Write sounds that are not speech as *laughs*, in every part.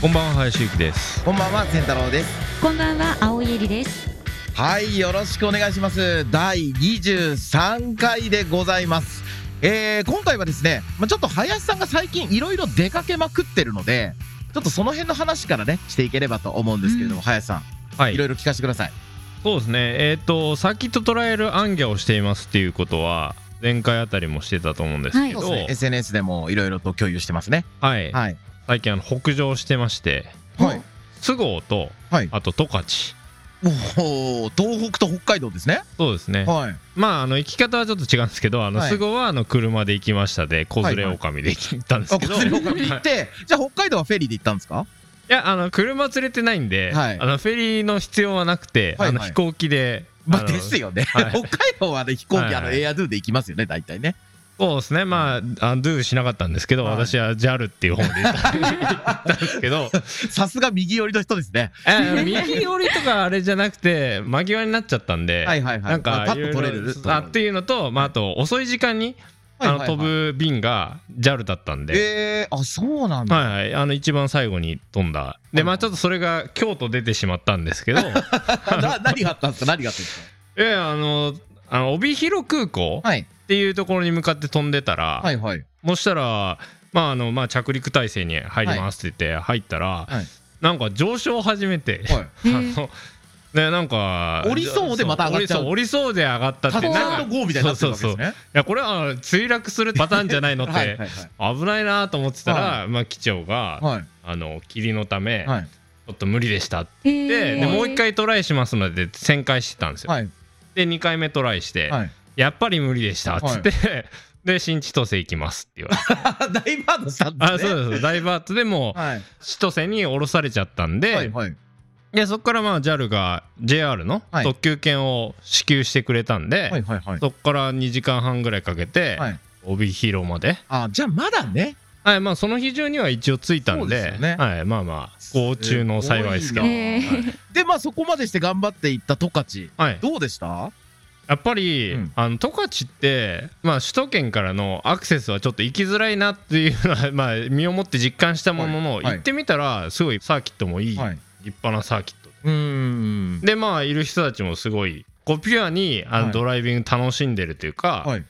こんばんは林幸ですこんばんは、千太郎です。こんばんは、青いえりです。はい、よろしくお願いします。第23回でございます。えー、今回はですね、まあ、ちょっと林さんが最近いろいろ出かけまくってるので、ちょっとその辺の話からね、していければと思うんですけれども、林さん、はいいろいろ聞かせてください。そうですねえっ、とサーキットトライアル暗夜をしていますっていうことは前回あたりもしてたと思うんですけいど、そうはですねい、 SNS でもいろいろと共有してますね。はい。最近あの北上してましてはい。都合とはい。あと十勝おお、東北と北海道ですね。そうですねはい。まああの行き方はちょっと違うんですけどあのはい都合はあの車で行きましたで子連れ狼で行ったんですあ、けど、こちら岡に行って、じゃあ北海道はフェリーで行ったんですかいやあの車連れてないんで、はいあのフェリーの必要はなくて、はいはいあの飛行機で、まああのですよね。はい北海道はね飛行機、あはの、いはいエアドゥで行きますよね、大体ね。そうですねまああのドゥしなかったんですけど、はい私は JAL っていう方で行った行ったんですけどさすが右寄りの人ですね。 *laughs* えー右寄りとかあれじゃなくて間際になっちゃったんで、はいはいはい。なんまかあパいろッいとろ取れる。あっていうのと、まあ、あと遅い時間に、はいはいはいあの飛ぶ便が JAL だったんで。えー、あ、そうなんだ。 *laughs* はいはい、あの一番最後に飛んだはでいまあちょっとそれが京都出てしまったん *laughs* ですけどいな何があったんですか何があったんですやあのあの帯広空港かはい。っていうところに向かって飛んでたら、はいはい。もしたら、まああのまあ、着陸態勢に入りますって言って入ったら、はいなんか上昇を始めて、はい。 *laughs* あのねなんか降りそうでまた上がっちゃう降りそう降りそうで上がったっタてコなさんんのか号みたいになってるそうわけでそうそすうね。いやこれは墜落するパターンじゃないのって、 *laughs* はいはいはい。危ないなと思ってたら、はまあ、機長が、はいあの霧のため、はいちょっと無理でしたって言えーって、でもう一、回トライしますので旋回してたんですよ、はいで2回目トライして、はい。やっぱり無理でしたっつって、 *laughs* で新千歳行きますって言われてあ大バードしたんですね。あそうですダイバーツでもう *laughs* はい千歳に降ろされちゃったんで,、はいはい。でそこからまあ JAL が JR のはい特急券を支給してくれたんで、はいはいはい。そこから2時間半ぐらいかけて、はい帯広まで、あ、じゃあまだね。はいまあ、その日中には一応着いたんそうでですよねはい、まあまあ不幸中の幸いですけどすごいえはいー、で、まあそこまでして頑張っていった十勝。はい、どうでしたやっぱり、うんあの十勝って、まあ、首都圏からのアクセスはちょっと行きづらいなっていうのは、 *laughs* まあ、身をもって実感したものの、はいはい行ってみたらすごいサーキットもいい、はい。立派なサーキットうーん。でまあいる人たちもすごいこうピュアにあはのいドライビング楽しんでるというか、はい。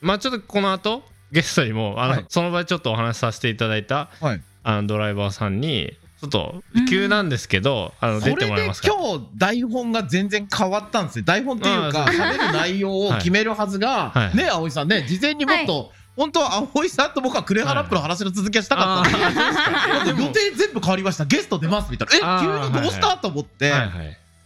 まあちょっとこの後ゲストにもあの、はいその場でちょっとお話しさせていただいたはい。あのドライバーさんにちょっとうん急なんですけど、あのそれ出でてもらえ今ますか日台本が全然変わったんですね台本っていうかあー喋る内容を決めるはずが、はいはいね葵さんね事前にもっと、本当は葵さんと僕はクレハラップの話の続きはしたかったんですあーけど、予定全部変わりましたゲスト出ますみたいなあえー急にどうした、と思ってはいはい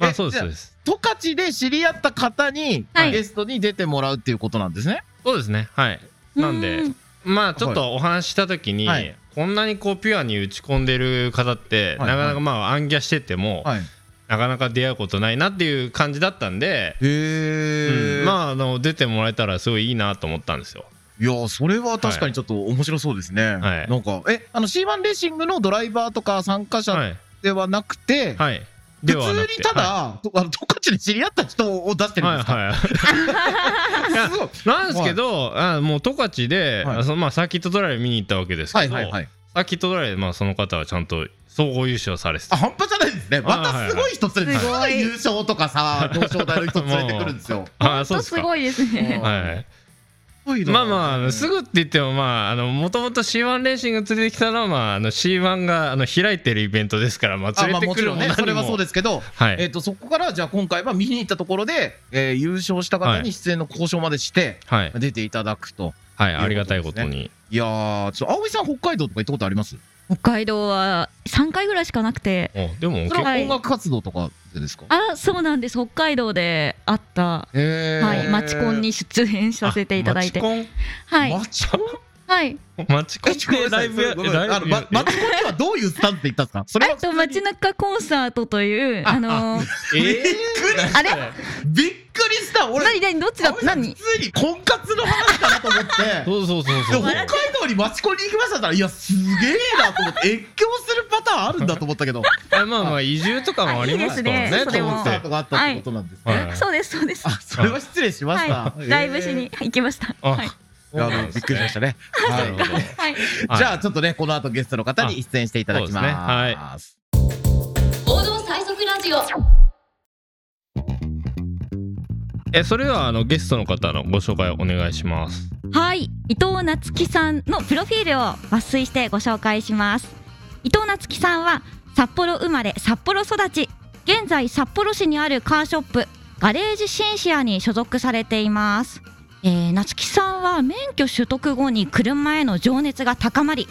まえあそうですじゃそあうです十勝で知り合った方に、はいゲストに出てもらうっていうことなんですね。そうですねはいなんでうまあちょっとお話しした時に、はいこんなにこうピュアに打ち込んでる方って、はいなかなかまあ暗記してても、はい、なかなか出会うことないなっていう感じだったんで、へうえ、んまあまああの出てもらえたらすごいいいなと思ったんですよいやそれは確かにちょっと面白そうですね。はいなんかえあの C1 レーシングのドライバーとか参加者はいではなくて、はい普ではなく通てにただ、はとあの十勝で知り合った人を出しているんはでいすか、はいすごいなんですけど、あもう十勝で、はいあそのまあ、サーキットドライブ見に行ったわけですはけいど、はいはいサーキットドライブ、まあ、その方はちゃんと総合優勝されてたあ半端じゃないですねまたすごい人連れてはいはいすごはいい優勝とか *laughs* さ表彰台の人連れてくるんですよあ本当すごいですね。いはい、すごいなまあまああのすぐって言ってもまああのもともと C1 レーシング連れてきたのは、まあ、あの C1 があの開いてるイベントですから、まあ、あ連れまあてもくちるろんねもそれはそうですすけど、はい、えっとそこからじゃあ今回は見に行ったところで、えー優勝した方はにい出演の交渉までしてはい、出ていただくと、はい、ありがたいことにい、やーちょっと葵さん北海道とか行ったことあります北海道は三回ぐらいしかなくて、おでも結それ構は音楽活動とかでですか、あ、そうなんです。北海道であった、えーはい、マチコンに出演させていただいてあ、マチはい、マチコンはい。コンマチコンえ、ちょっとごめでラんなさイいブ *laughs* やごめんなさいライあのブまやマチコンにはどういうスタンスで行ったんですかそれはあと街中コンサートという、あのー、えびーっくりあれ、びっくりした俺何何どっちだった、青井何さん。普通に婚活の話かなと思 *laughs* ってでそうそうそうそう北海道に町コンに行きましたって言ったらいやすげえなと思って越境するパターンあるんだと思ったけどあまあまあ移住とかもありますからねあいいですねと思っコンてサートがあったってことなんですね、はいそうです、そうですあ。それは失礼しました、はい、ライブしに行きました。あ、はいあのびっくりしましたね。はいなるほどはい。はいじゃあちょっとねこの後ゲストの方に出演していただきます。あ王道最速ラジオえそれではあのゲストの方のご紹介をお願いしますはい、伊藤夏樹さんのプロフィールを抜粋してご紹介します。伊藤夏樹さんは札幌生まれ札幌育ち、現在札幌市にあるカーショップガレージシンシアに所属されています。えー、夏樹さんは免許取得後に車への情熱が高まり、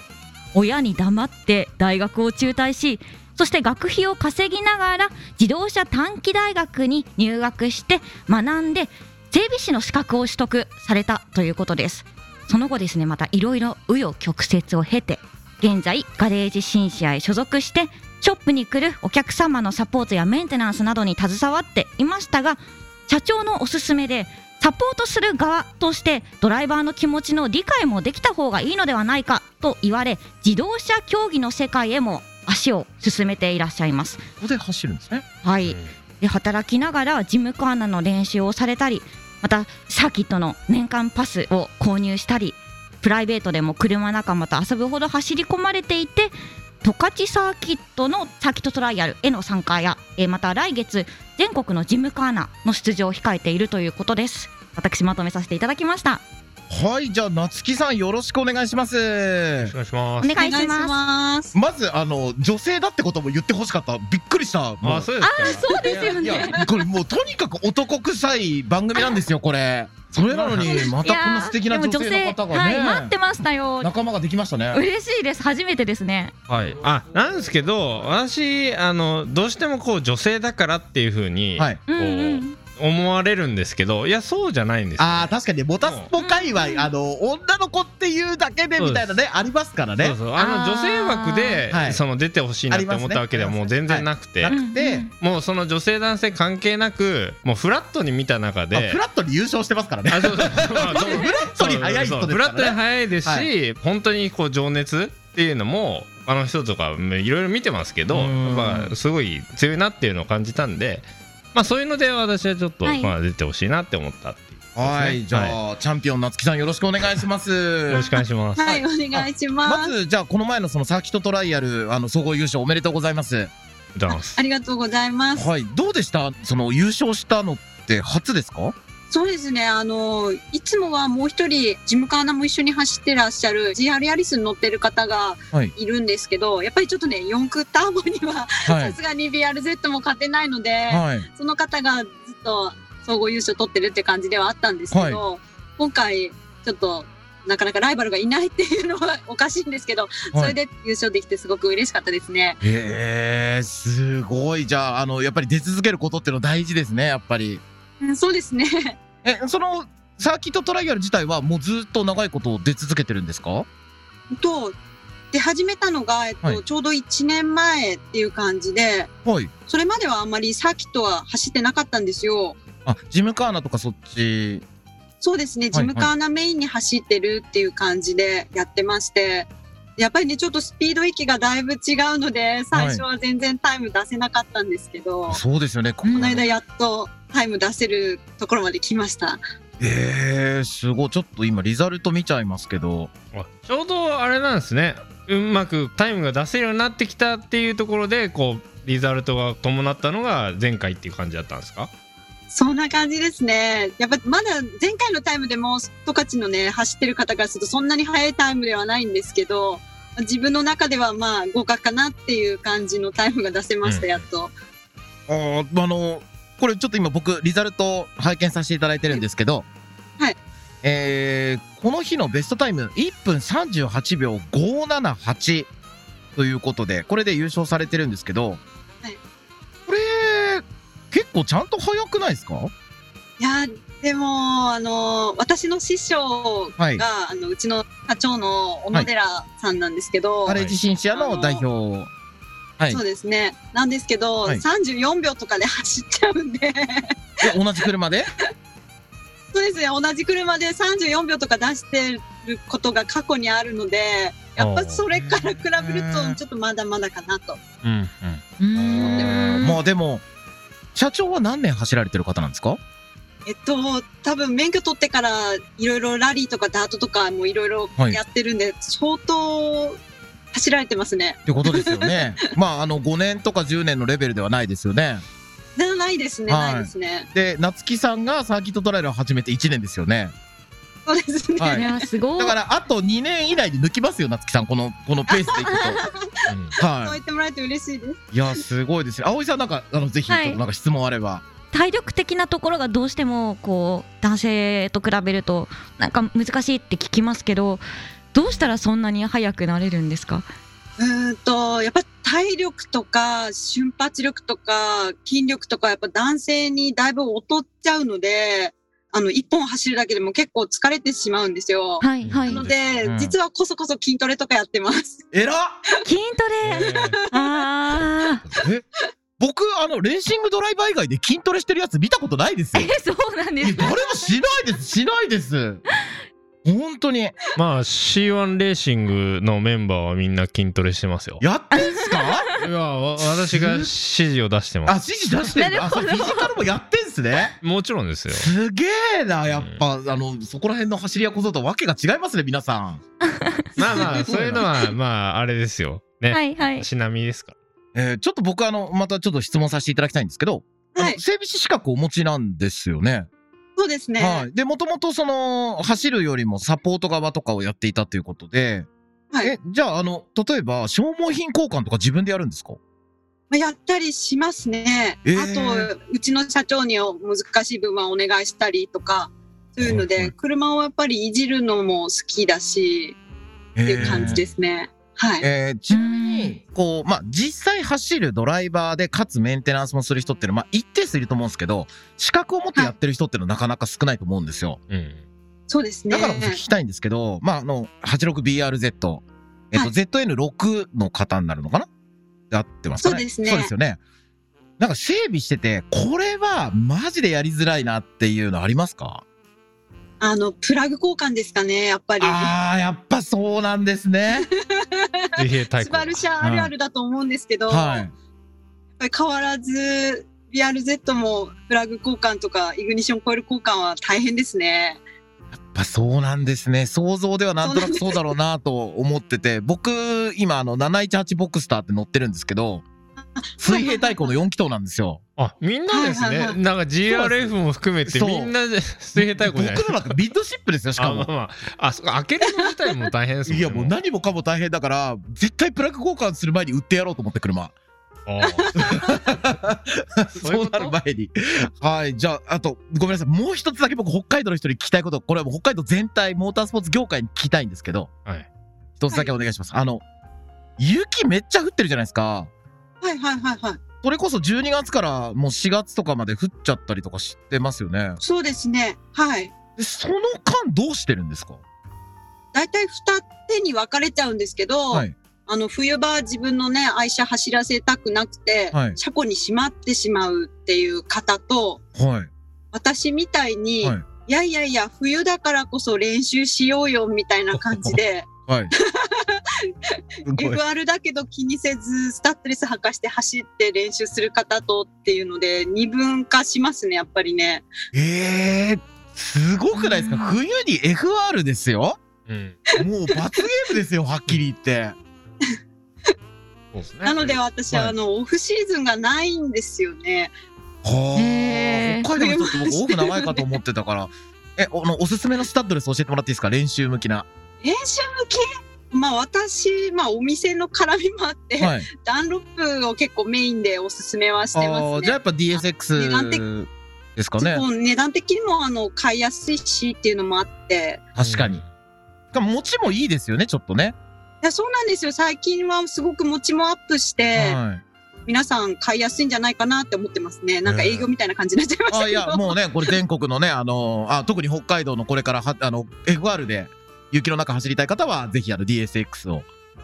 親に黙って大学を中退し、そして学費を稼ぎながら自動車短期大学に入学して学んで整備士の資格を取得されたということですその後ですねまたいろいろ紆余曲折を経て現在ガレージ新社へ所属してショップに来るお客様のサポートやメンテナンスなどに携わっていましたが社長のおすすめでサポートする側としてドライバーの気持ちの理解もできた方がいいのではないかと言われ自動車競技の世界へも足を進めていらっしゃいます。ここで走るんですね。はい、で働きながらジムカーナの練習をされたりまたサーキットの年間パスを購入したりプライベートでも車仲間と遊ぶほど走り込まれていて十勝サーキットのサーキットトライアルへの参加や、えーまた来月全国のジムカーナの出場を控えているということです私まとめさせていただきましたはいじゃあ夏希さんよろしくお願いしますお。願いしまおす願いしますますまずあの女性だってことも言ってほしかった。びっくりした。もあうそうですかそうですよいやこれもうとにかく男臭い番組なんですよこれ。それなのにまたこんな素敵な女性の方がはい、待っねてましたよ仲間ができましたね。嬉しいです初めてですねはいあなんですけど私あのどうしてもこう女性だからっていう風にはい。うんうん思われるんですけどいやそうじゃないんですよあー確かにモタスポ界うん隈あの女の子っていうだけでみたいなねありますからそねう。そうあのあー女性枠で、はいその出てほしいなって思ったわけではもう全然なくて、なくうてん。もうその女性男性関係なくもうフラットに見た中まあでフラットに優勝してますからね。あ *laughs* そうそうそうまずフラットに早い人ですブかラッドにらね。早いですし、本当にこう情熱っていうのもあの人とかうんいろいろ見てますけどうんやっぱすごい強いなっていうのを感じたんで、まあ、そういうので私はちょっと、はいまあ、出てほしいなって思ったっていうことですね、はい、じゃあ、チャンピオン夏希さんよろしくお願いしまよろすし。くお願いし *laughs* ます。はいお願いしまますず、じゃあ、この前のそのサーキットトライアル、あの総合優勝おめでとうございます。ダンスありがとうございますはい、どうでした、その優勝したのって初ですか。そうですねあのいつもはもう一人ジムカーナも一緒に走ってらっしゃる GR ヤリスに乗ってる方がはいいるんですけど、やっぱりちょっとね4区ターボにははさい。すがに BRZ も勝てないので、はい。その方がずっと総合優勝取ってるって感じではあったんですけど、今回ちょっとなかなかライバルがいないっていうのはおかしいんですけど、それで優勝できてすごく嬉しかったですね。へえ、すごい、じゃあ、あの、やっぱり出続けることっていうの大事ですね、やっぱり。うんそうですね。え、その。サーキットトライアル自体はもうずっと長いこと出続けてるんですかとで始めたのが、えっとはいちょうど1年前っていう感じではいそれまではあんまりサーキットは走ってなかったんですよ。あジムカーナとかそっちそうですねはいはジいムカーナメインに走ってるっていう感じでやってましてやっぱりねちょっとスピード域がだいぶ違うので最初は全然タイム出せなかったんですけど、そうですよねここの間やっとタイム出せるところまで来ました。えー、すごいちょっと今リザルト見ちゃいますけどあちょうどあれなんですねうまくタイムが出せるようになってきたっていうところでこうリザルトが伴ったのが前回っていう感じだったんですかそんな感じですね。やっぱまだ前回のタイムでも十勝のね走ってる方からするとそんなに速いタイムではないんですけど自分の中ではまあ合格かなっていう感じのタイムが出せました、うんやっと。あーあのこれちょっと今僕リザルト拝見させていただいてるんですけどはいえーこの日のベストタイム1分38秒578ということでこれで優勝されてるんですけど、これ結構ちゃんと速くないですかいやーでもあのー私の師匠が、はいあのうちの課長の小野寺さんなんですけど、ガレージ新車の代表はいそうですねなんですけど、はい34秒とかで走っちゃうんでえ同じ車でそうですね同じ車で34秒とか出してることが過去にあるのでやっぱそれから比べるとちょっとまだまだかなとうんうんうーんまあでも社長は何年走られてる方なんですかえっと、多分免許取ってからいろいろラリーとかダートとかもいろいろはいやってるんで、相当走られてますね。ってことですよ *laughs* ね。まあ、あの、5年とか10年のレベルではないですよね。じゃないですね、はいないですね。で、夏木さんがサーキットトライアルを始めて1年ですよね。そうですね。はいいやすごいだから、あと2年以内で抜きますよ、夏木さん。この、このペースでいくうんと。そうは言ってもらえて嬉しいです。い。いや、すごいですね。葵さん、なんか、あの、ぜひ、ちょはっいとなんか質問あれば。体力的なところがどうしてもこう男性と比べるとなんか難しいって聞きますけどどうしたらそんなに速くなれるんですかうーんと、やっぱ体力とか瞬発力とか筋力とかやっぱ男性にだいぶ劣っちゃうので、あの、一本走るだけでも結構疲れてしまうんですよ。はいはいななのるで、うん実はこそこそ筋トレとかやってます。えらっ筋トえレあーえ僕、あの、レーシングドライバー以外で筋トレしてるやつ見たことないですよ。 *laughs* えそうなんでいやすか誰もしないです、しないです。本当に。まあ C1 レーシングのメンバーはみんな筋トレしてますよ。やってんすかいやわ私が指示を出してあ、ます。指示出してるあ、なるそほれどフィジカルもやってんすね。 *laughs* もちろんですよ。すげえな、やっぱ、あの、そこら辺の走り屋小僧とわけが違いますね、皆さん。まあまあそういうのはまああれですよ。ね。はいはいしなみですかえーちょっと僕、あの、またちょっと質問させていただきたいんですけど、あのはい。整備士資格をお持ちなんですよね。そうですね。はい。で、もともとその、走るよりもサポート側とかをやっていたということで、はいえ、じゃあ、あの、例えば、消耗品交換とか自分でやるんですかまあやったりしますね。えーあと、うちの社長に難しい部分はお願いしたりとか、そういうのはいはで、い車をやっぱりいじるのも好きだし、っていう感じですね。はい。えーちなみに、こう、まあ、実際走るドライバーで、かつメンテナンスもする人っていうのは、まあ、一定数いると思うんですけど、資格を持ってやってる人っていうのはなかなか少ないと思うんですよ。ら。うん。そうですね。だから僕聞きたいんですけど、まあ、あの、86BRZ、えっはと、い ZN6 の方になるのかなで合ってますかねそうですねそうですよね。なんか整備してて、これはマジでやりづらいなっていうのありますかあの、プラグ交換ですかね、やっぱり。あー、やっぱそうなんですね。自閉対スバル車あるあるだと思うんですけど、はやっい。ぱり変わらず BRZ もプラグ交換とかイグニッションコイル交換は大変ですね。やっぱそうなんですね想像ではなんとなくそうだろうなと思って *laughs* て僕今あの718ボクスターって乗ってるんですけど水平対向の4気筒なんですよあみんなですね、はいはいはいなんか GRF も含めてそうみんなで *laughs* 水平対僕抗じゃないですのなんかビッドシップですよしかかあまあも。まああそこ開けるの自体も大変ですもんいねやもう何もかも大変だから絶対プラグ交換する前に売ってやろうと思って車あー *laughs* そういそうこうとなる前にはいじゃああとごめんなさいもう一つだけ僕北海道の人に聞きたいことこれはもう北海道全体モータースポーツ業界に聞きたいんですけどはい一つだけお願いしますあの雪めっちゃ降ってるじゃないですかはいはいはいはい。それこそ12月からもう4月とかまで降っちゃったりとかしてますよね。そうですね。はい。で、その間どうしてるんですか大体二手に分かれちゃうんですけど、はい。あの冬場は自分のね愛車走らせたくなくて、はい車庫にしまってしまうっていう方とは私みたいに、はいい、やいやいや冬だからこそ練習しようよみたいな感 *laughs* じでい。はい。すごい。 FR だけど気にせずスタッドレス履かして走って練習する方とっていうので二分化しますねやっぱりね。えー、すごくないですか冬に FR ですようんもう罰ゲームですよ、はっきり言って。そうですねなので私は、はいあのオフシーズンがないんですよね。はへあ。ー北海道の人って僕オフ長いかと思ってたから。え、おのおすすめのスタッドレス教えてもらっていいですか練習向きな。練習向けまあ私、まあお店の絡みもあって、はい。ダンロップを結構メインでおすすめはしあてますーじゃあやね。っぱ DSX ですかねも。う値段的にもあの買いやすいしっていうのもあって。確かに。しかも持ちもいいですよね、ちょっとね。いやそうなんですよ。最近はすごく持ちもアップして、はい。皆さん買いやすいんじゃないかなって思ってますね。なんか営業みたいな感じになっちゃいましたあけど。い *laughs* やもうねこれ全国のねあのあ特に北海道のこれからはあの FR で雪の中走りたい方はぜひあの DSX を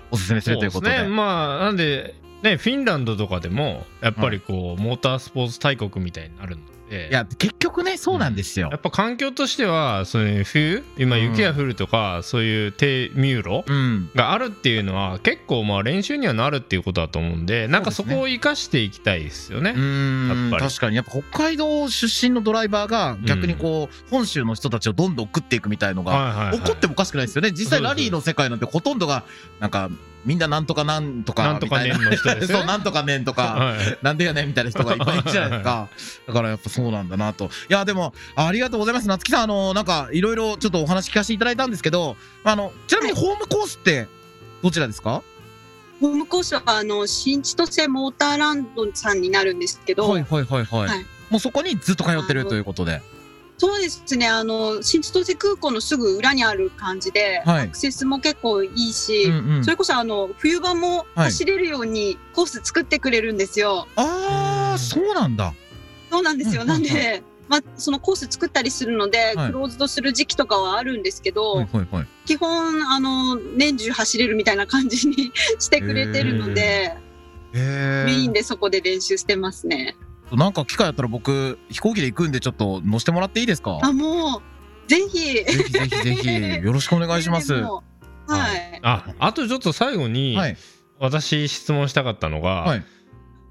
おすすめすそうるとでいうすことでねまあなんでねフィンランドとかでもやっぱりこう、モータースポーツ大国みたいになるのええいや結局ねそうなんですよやっ、ぱ環境としてはそういう冬今うん雪が降るとか、そういう低ミューロうん、があるっていうのは結構まあ練習にはなるっていうことだと思うんでなんかそそうですこねを生かしていきたいですよね。うんやっぱり確かにやっぱ北海道出身のドライバーが逆にこう、本州の人たちをどんどん食っていくみたいのが、はいはいはい怒ってもおかしくないですよね実際ラリーの世界なんてほとんどがなんかみんななんとかなんとなかんとみかたい年なの人です *laughs* そようね。なんとかねんとかはいなんでやねんみたいな人がいっぱいいるじゃないですかだからやっぱそうなんだなといやでもあありがとうございます夏木さんあのなんかいろいろちょっとお話聞かせていただいたんですけどあのちなみにホームコースってどちらですかホームコースはあの新千歳モーターランドさんになるんですけど、はいはいはいはいもうそこにずっと通ってるということでそうですねあの新千歳空港のすぐ裏にある感じで、はいアクセスも結構いいし、うんうんそれこそあの冬場も走れるようにコース作ってくれるんですよ。ああそうなんだそうなんですよ、うんなんはいで、まあ、そのコース作ったりするので、はいクローズドする時期とかはあるんですけど、はいはいはい基本あの年中走れるみたいな感じに *laughs* してくれてるので、へメイーンでそこで練習してますね。なんか機会あったら僕飛行機で行くんでちょっと乗せてもらっていいですかあもうぜひぜひぜひぜ *laughs* ひよろしくお願いします。ではもはい、ああとちょっと最後にい私質問したかったのはがい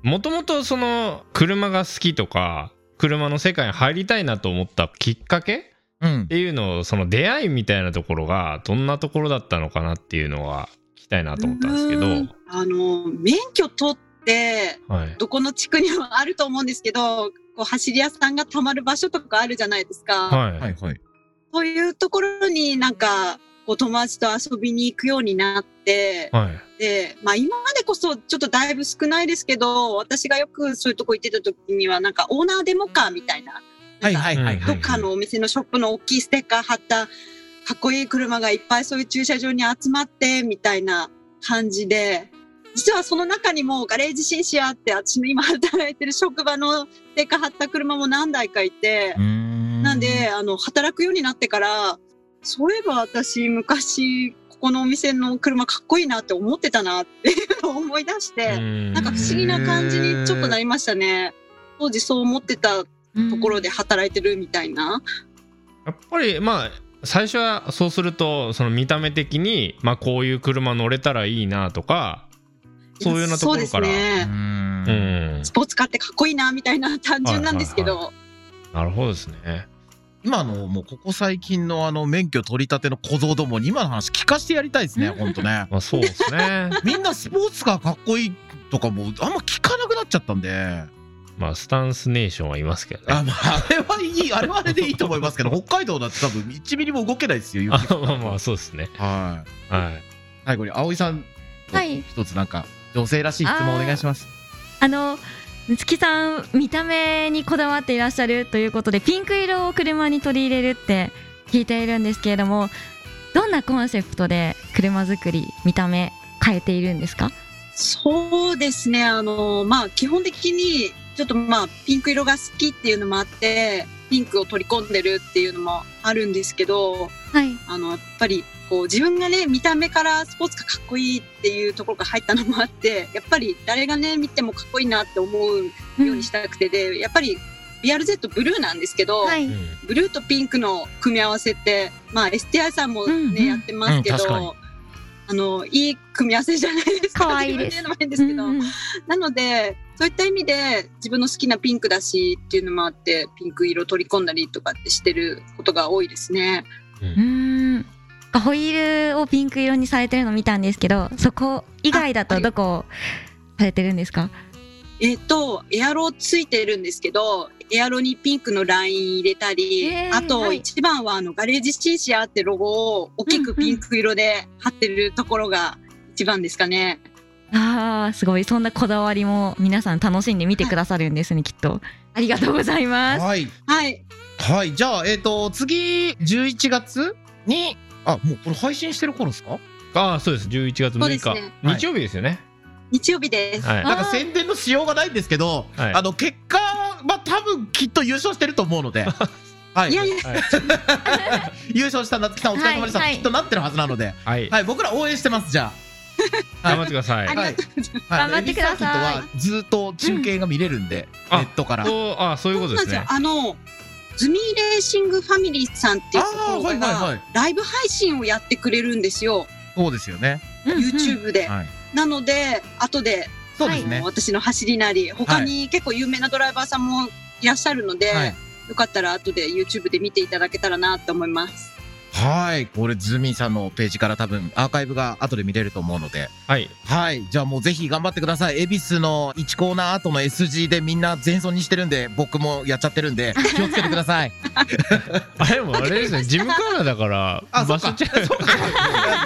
もともとその車が好きとか車の世界に入りたいなと思ったきっかけっうん。ていうのをその出会いみたいなところがどんなところだったのかなっていうのは聞きたいなと思ったんですけどうーんあの免許取ってはいどこの地区にもあると思うんですけどこう走り屋さんがたまる場所とかあるじゃないですか、はいはいはい。そういうところになんかこう友達と遊びに行くようになって、はいで、まあ今までこそちょっとだいぶ少ないですけど、私がよくそういうとこ行ってた時にはなんかオーナーデモカーみたいな、はいはいはいはい。どっかのお店のショップの大きいステッカー貼ったかっこいい車がいっぱいそういう駐車場に集まってみたいな感じで、実はその中にもガレージシンシアって私の今働いてる職場のステッカー貼った車も何台かいて、うーんなんで、あの、働くようになってから、そういえば私、昔、ここのお店の車かっこいいなって思ってたなっていうのを思い出して、ななんか不思議な感じにちょっとなりましたね。当時そう思ってたとところで働いてるみたいな。やっぱりまあ最初はそうするとその見た目的に、まあ、こういう車乗れたらいいなとかそういうようなところからそうう,、ですうーね。んんスポーツカーってかっこいいなみたいな単純なんですけど、はいなるほどですね今のもうここ最近のあの免許取り立ての小僧どもに今の話聞かせてやりたいですね。本当ね。まあそうです *laughs* ねみんなスポーツがかっこいいとかもうあんま聞かなくなっちゃったんで。まあスタンスネーションはいますけどあねまああれはいいあれはあれでいいと思いますけ *laughs* ど北海道だって多分1ミリも動けないですよ。あ雪 *laughs* まあまあそうですねはい。はい最後に葵さんはい一つなんか女性らしい質問お願いします。あの月さん見た目にこだわっていらっしゃるということでピンク色を車に取り入れるって聞いているんですけれどもどんなコンセプトで車作り見た目変えているんですかそうですね。あの、まあ、基本的に、ちょっとまあ、ピンク色が好きっていうのもあって、ピンクを取り込んでるっていうのもあるんですけど、はいあの、やっぱり、こう、自分がね、見た目からスポーツがかっこいいっていうところが入ったのもあって、やっぱり誰がね、見てもかっこいいなって思うよううにしたくてで、やっぱり BRZ ブルーなんですけど、はういんブルーとピンクの組み合わせって、まあ、STI さんもね、うんうんやってますけうん確かにど、あの、いい組み合わせじゃないですか。可愛いです自分で言うのも変ですけど。うんうんなので、そういった意味で自分の好きなピンクだしっていうのもあって、ピンク色取り込んだりとかってしてることが多いですね。うーんホイールをピンク色にされてるの見たんですけどそこ以外だあはといどこをされてるんですかえっ、と、エアロついてるんですけど、エアロにピンクのライン入れたり、えーあはとい一番はあのガレージシンシアってロゴを大きくピンク色で貼ってるところが一番ですかね。あーすごいそんなこだわりも皆さん楽しんで見てくださるんですねきっとありがとうございますはい。はい。はい、じゃあ、えっ、と、次、11月に、あ、もうこれ配信してる頃ですかああそうです11月6日、そうですね日曜日ですよね日曜日です。はい、なんかあー宣伝のしようがないんですけど、はいあの、結果は多分きっと優勝してると思う *laughs* ので、はいい、やいや、はい優勝した夏木さんお疲れ様でした、はいはいきっとなってるはずなので、はいはい、僕ら応援してます、じゃはい頑張ってくださいあり。がとうございます。頑張っはい、レディてくださいースサーキットはずっと中継が見れるんで、うんネットから。あそうあそういうことそうでなすね。んですよあのズミレーシングファミリーさんっていうとあー、こはいろはいがはい。ライブ配信をやってくれるんですよ、そうですよね。うんうん YouTube で。はい。なので後でそうですね。もう私の走りなり他に結構有名なドライバーさんもいらっしゃるので、はい。よかったら後で YouTube で見ていただけたらなと思います。はい。これ、ズミさんのページから多分アーカイブが後で見れると思うので。はい。はい。じゃあもうぜひ頑張ってください。恵比寿の1コーナー後の SG でみんな全損にしてるんで、僕もやっちゃってるんで、気をつけてください。あでもあれですね。ジムカーナだからあ、そ場っ所か。ちそゃっ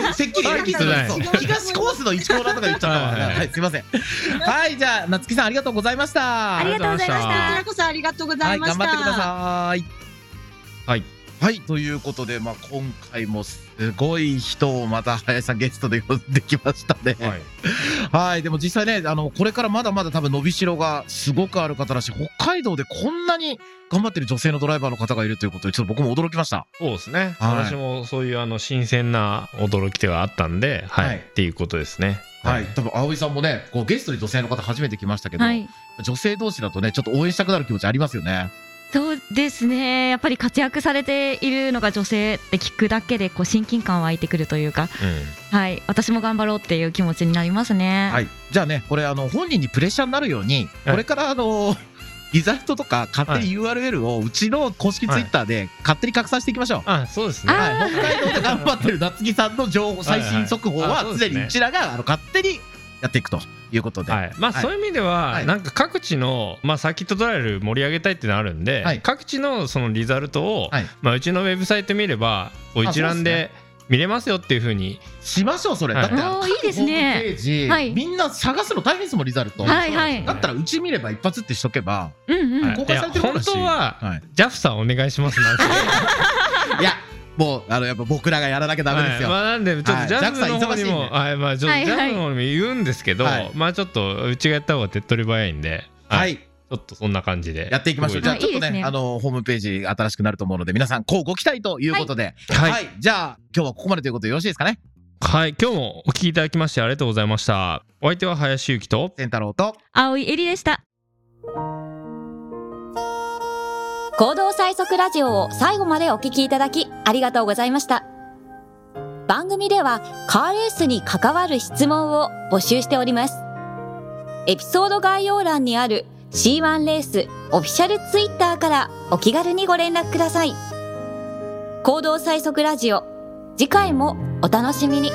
か。 *laughs* せっきり恵比寿はいのそう東コースの1コーナーとか言っちゃったはわ。いはいはいはい。すいません。はい。じゃあ、夏木さんありがとうございました。ありがとうございましありがとうございましこちたらこそありがとうございました。はい、頑張ってください。はい。はい、ということで、まあ、今回もすごい人をまた林さんゲストで呼んできましたね。はい。はい、でも実際ね、あの、これからまだまだ多分伸びしろがすごくある方だし、北海道でこんなに頑張ってる女性のドライバーの方がいるということで、ちょっと僕も驚きました。そうですね。はい私もそういうあの新鮮な驚きではあったんで、はい、はいっていうことですね。はい、多分葵さんもね、こうゲストに女性の方初めて来ましたけど、はい、女性同士だとね、ちょっと応援したくなる気持ちありますよね。そうですねやっぱり活躍されているのが女性って聞くだけでこう親近感湧いてくるというか、はい、私も頑張ろうっていう気持ちになりますね。はい、じゃあねこれあの本人にプレッシャーになるように、はいこれからあの *laughs* リザルトとか勝手に URL をうちの公式ツイッターで勝手に拡散していきましょう。うん。あ、そうですね。あはい、北海道で頑張ってる夏木さんの情報はい最はい新速報あはそうです常ねにうちらがあの勝手にやっていくということで、はい、まあ、はいそういう意味では、はいなんか各地の、まあ、サーキットトライアル盛り上げたいってのあるんで、はい各地のそのリザルトを、はいまあ、うちのウェブサイト見ればこうあ一覧そうで見れますよっていうふうにしましょうそれ、はいだってあのおー各いいですホねームページ、はいみんな探すの大変ですもんリザルト、はいはいそうなだんでっすたよらねうち見れば一発ってしとけば、うんうん、はい公開されてるもんだしいや本当ははい、 JAF さんお願いしますなんていやもうあのやっぱ僕らがやらなき *laughs* ゃダメですよ、はいまあ、なんでちょっとはい JAF の方にも、 JAF さん忙しいんではいまあ、ちょっとはいはい JAF の方にも言うんですけど、はいまあちょっとうちがやった方が手っ取り早いんで、はいちいょっとそんな感じでやっていきましょう。じゃあはいちょっといいでね、すねあの、ホームページ新しくなると思うので、皆さん、こうご期待ということで。ははいい。じゃあ、今日はここまでということでよろしいですかね。はい今日もお聞きいただきましてありがとうございましたお相手は林幸と仙太郎と。青いエリでした。行動最速ラジオを最後までお聞きいただきありがとうございました。番組ではカーレースに関わる質問を募集しております。エピソード概要欄にある C1 レースオフィシャルツイッターからお気軽にご連絡ください。行動最速ラジオ、次回もお楽しみに。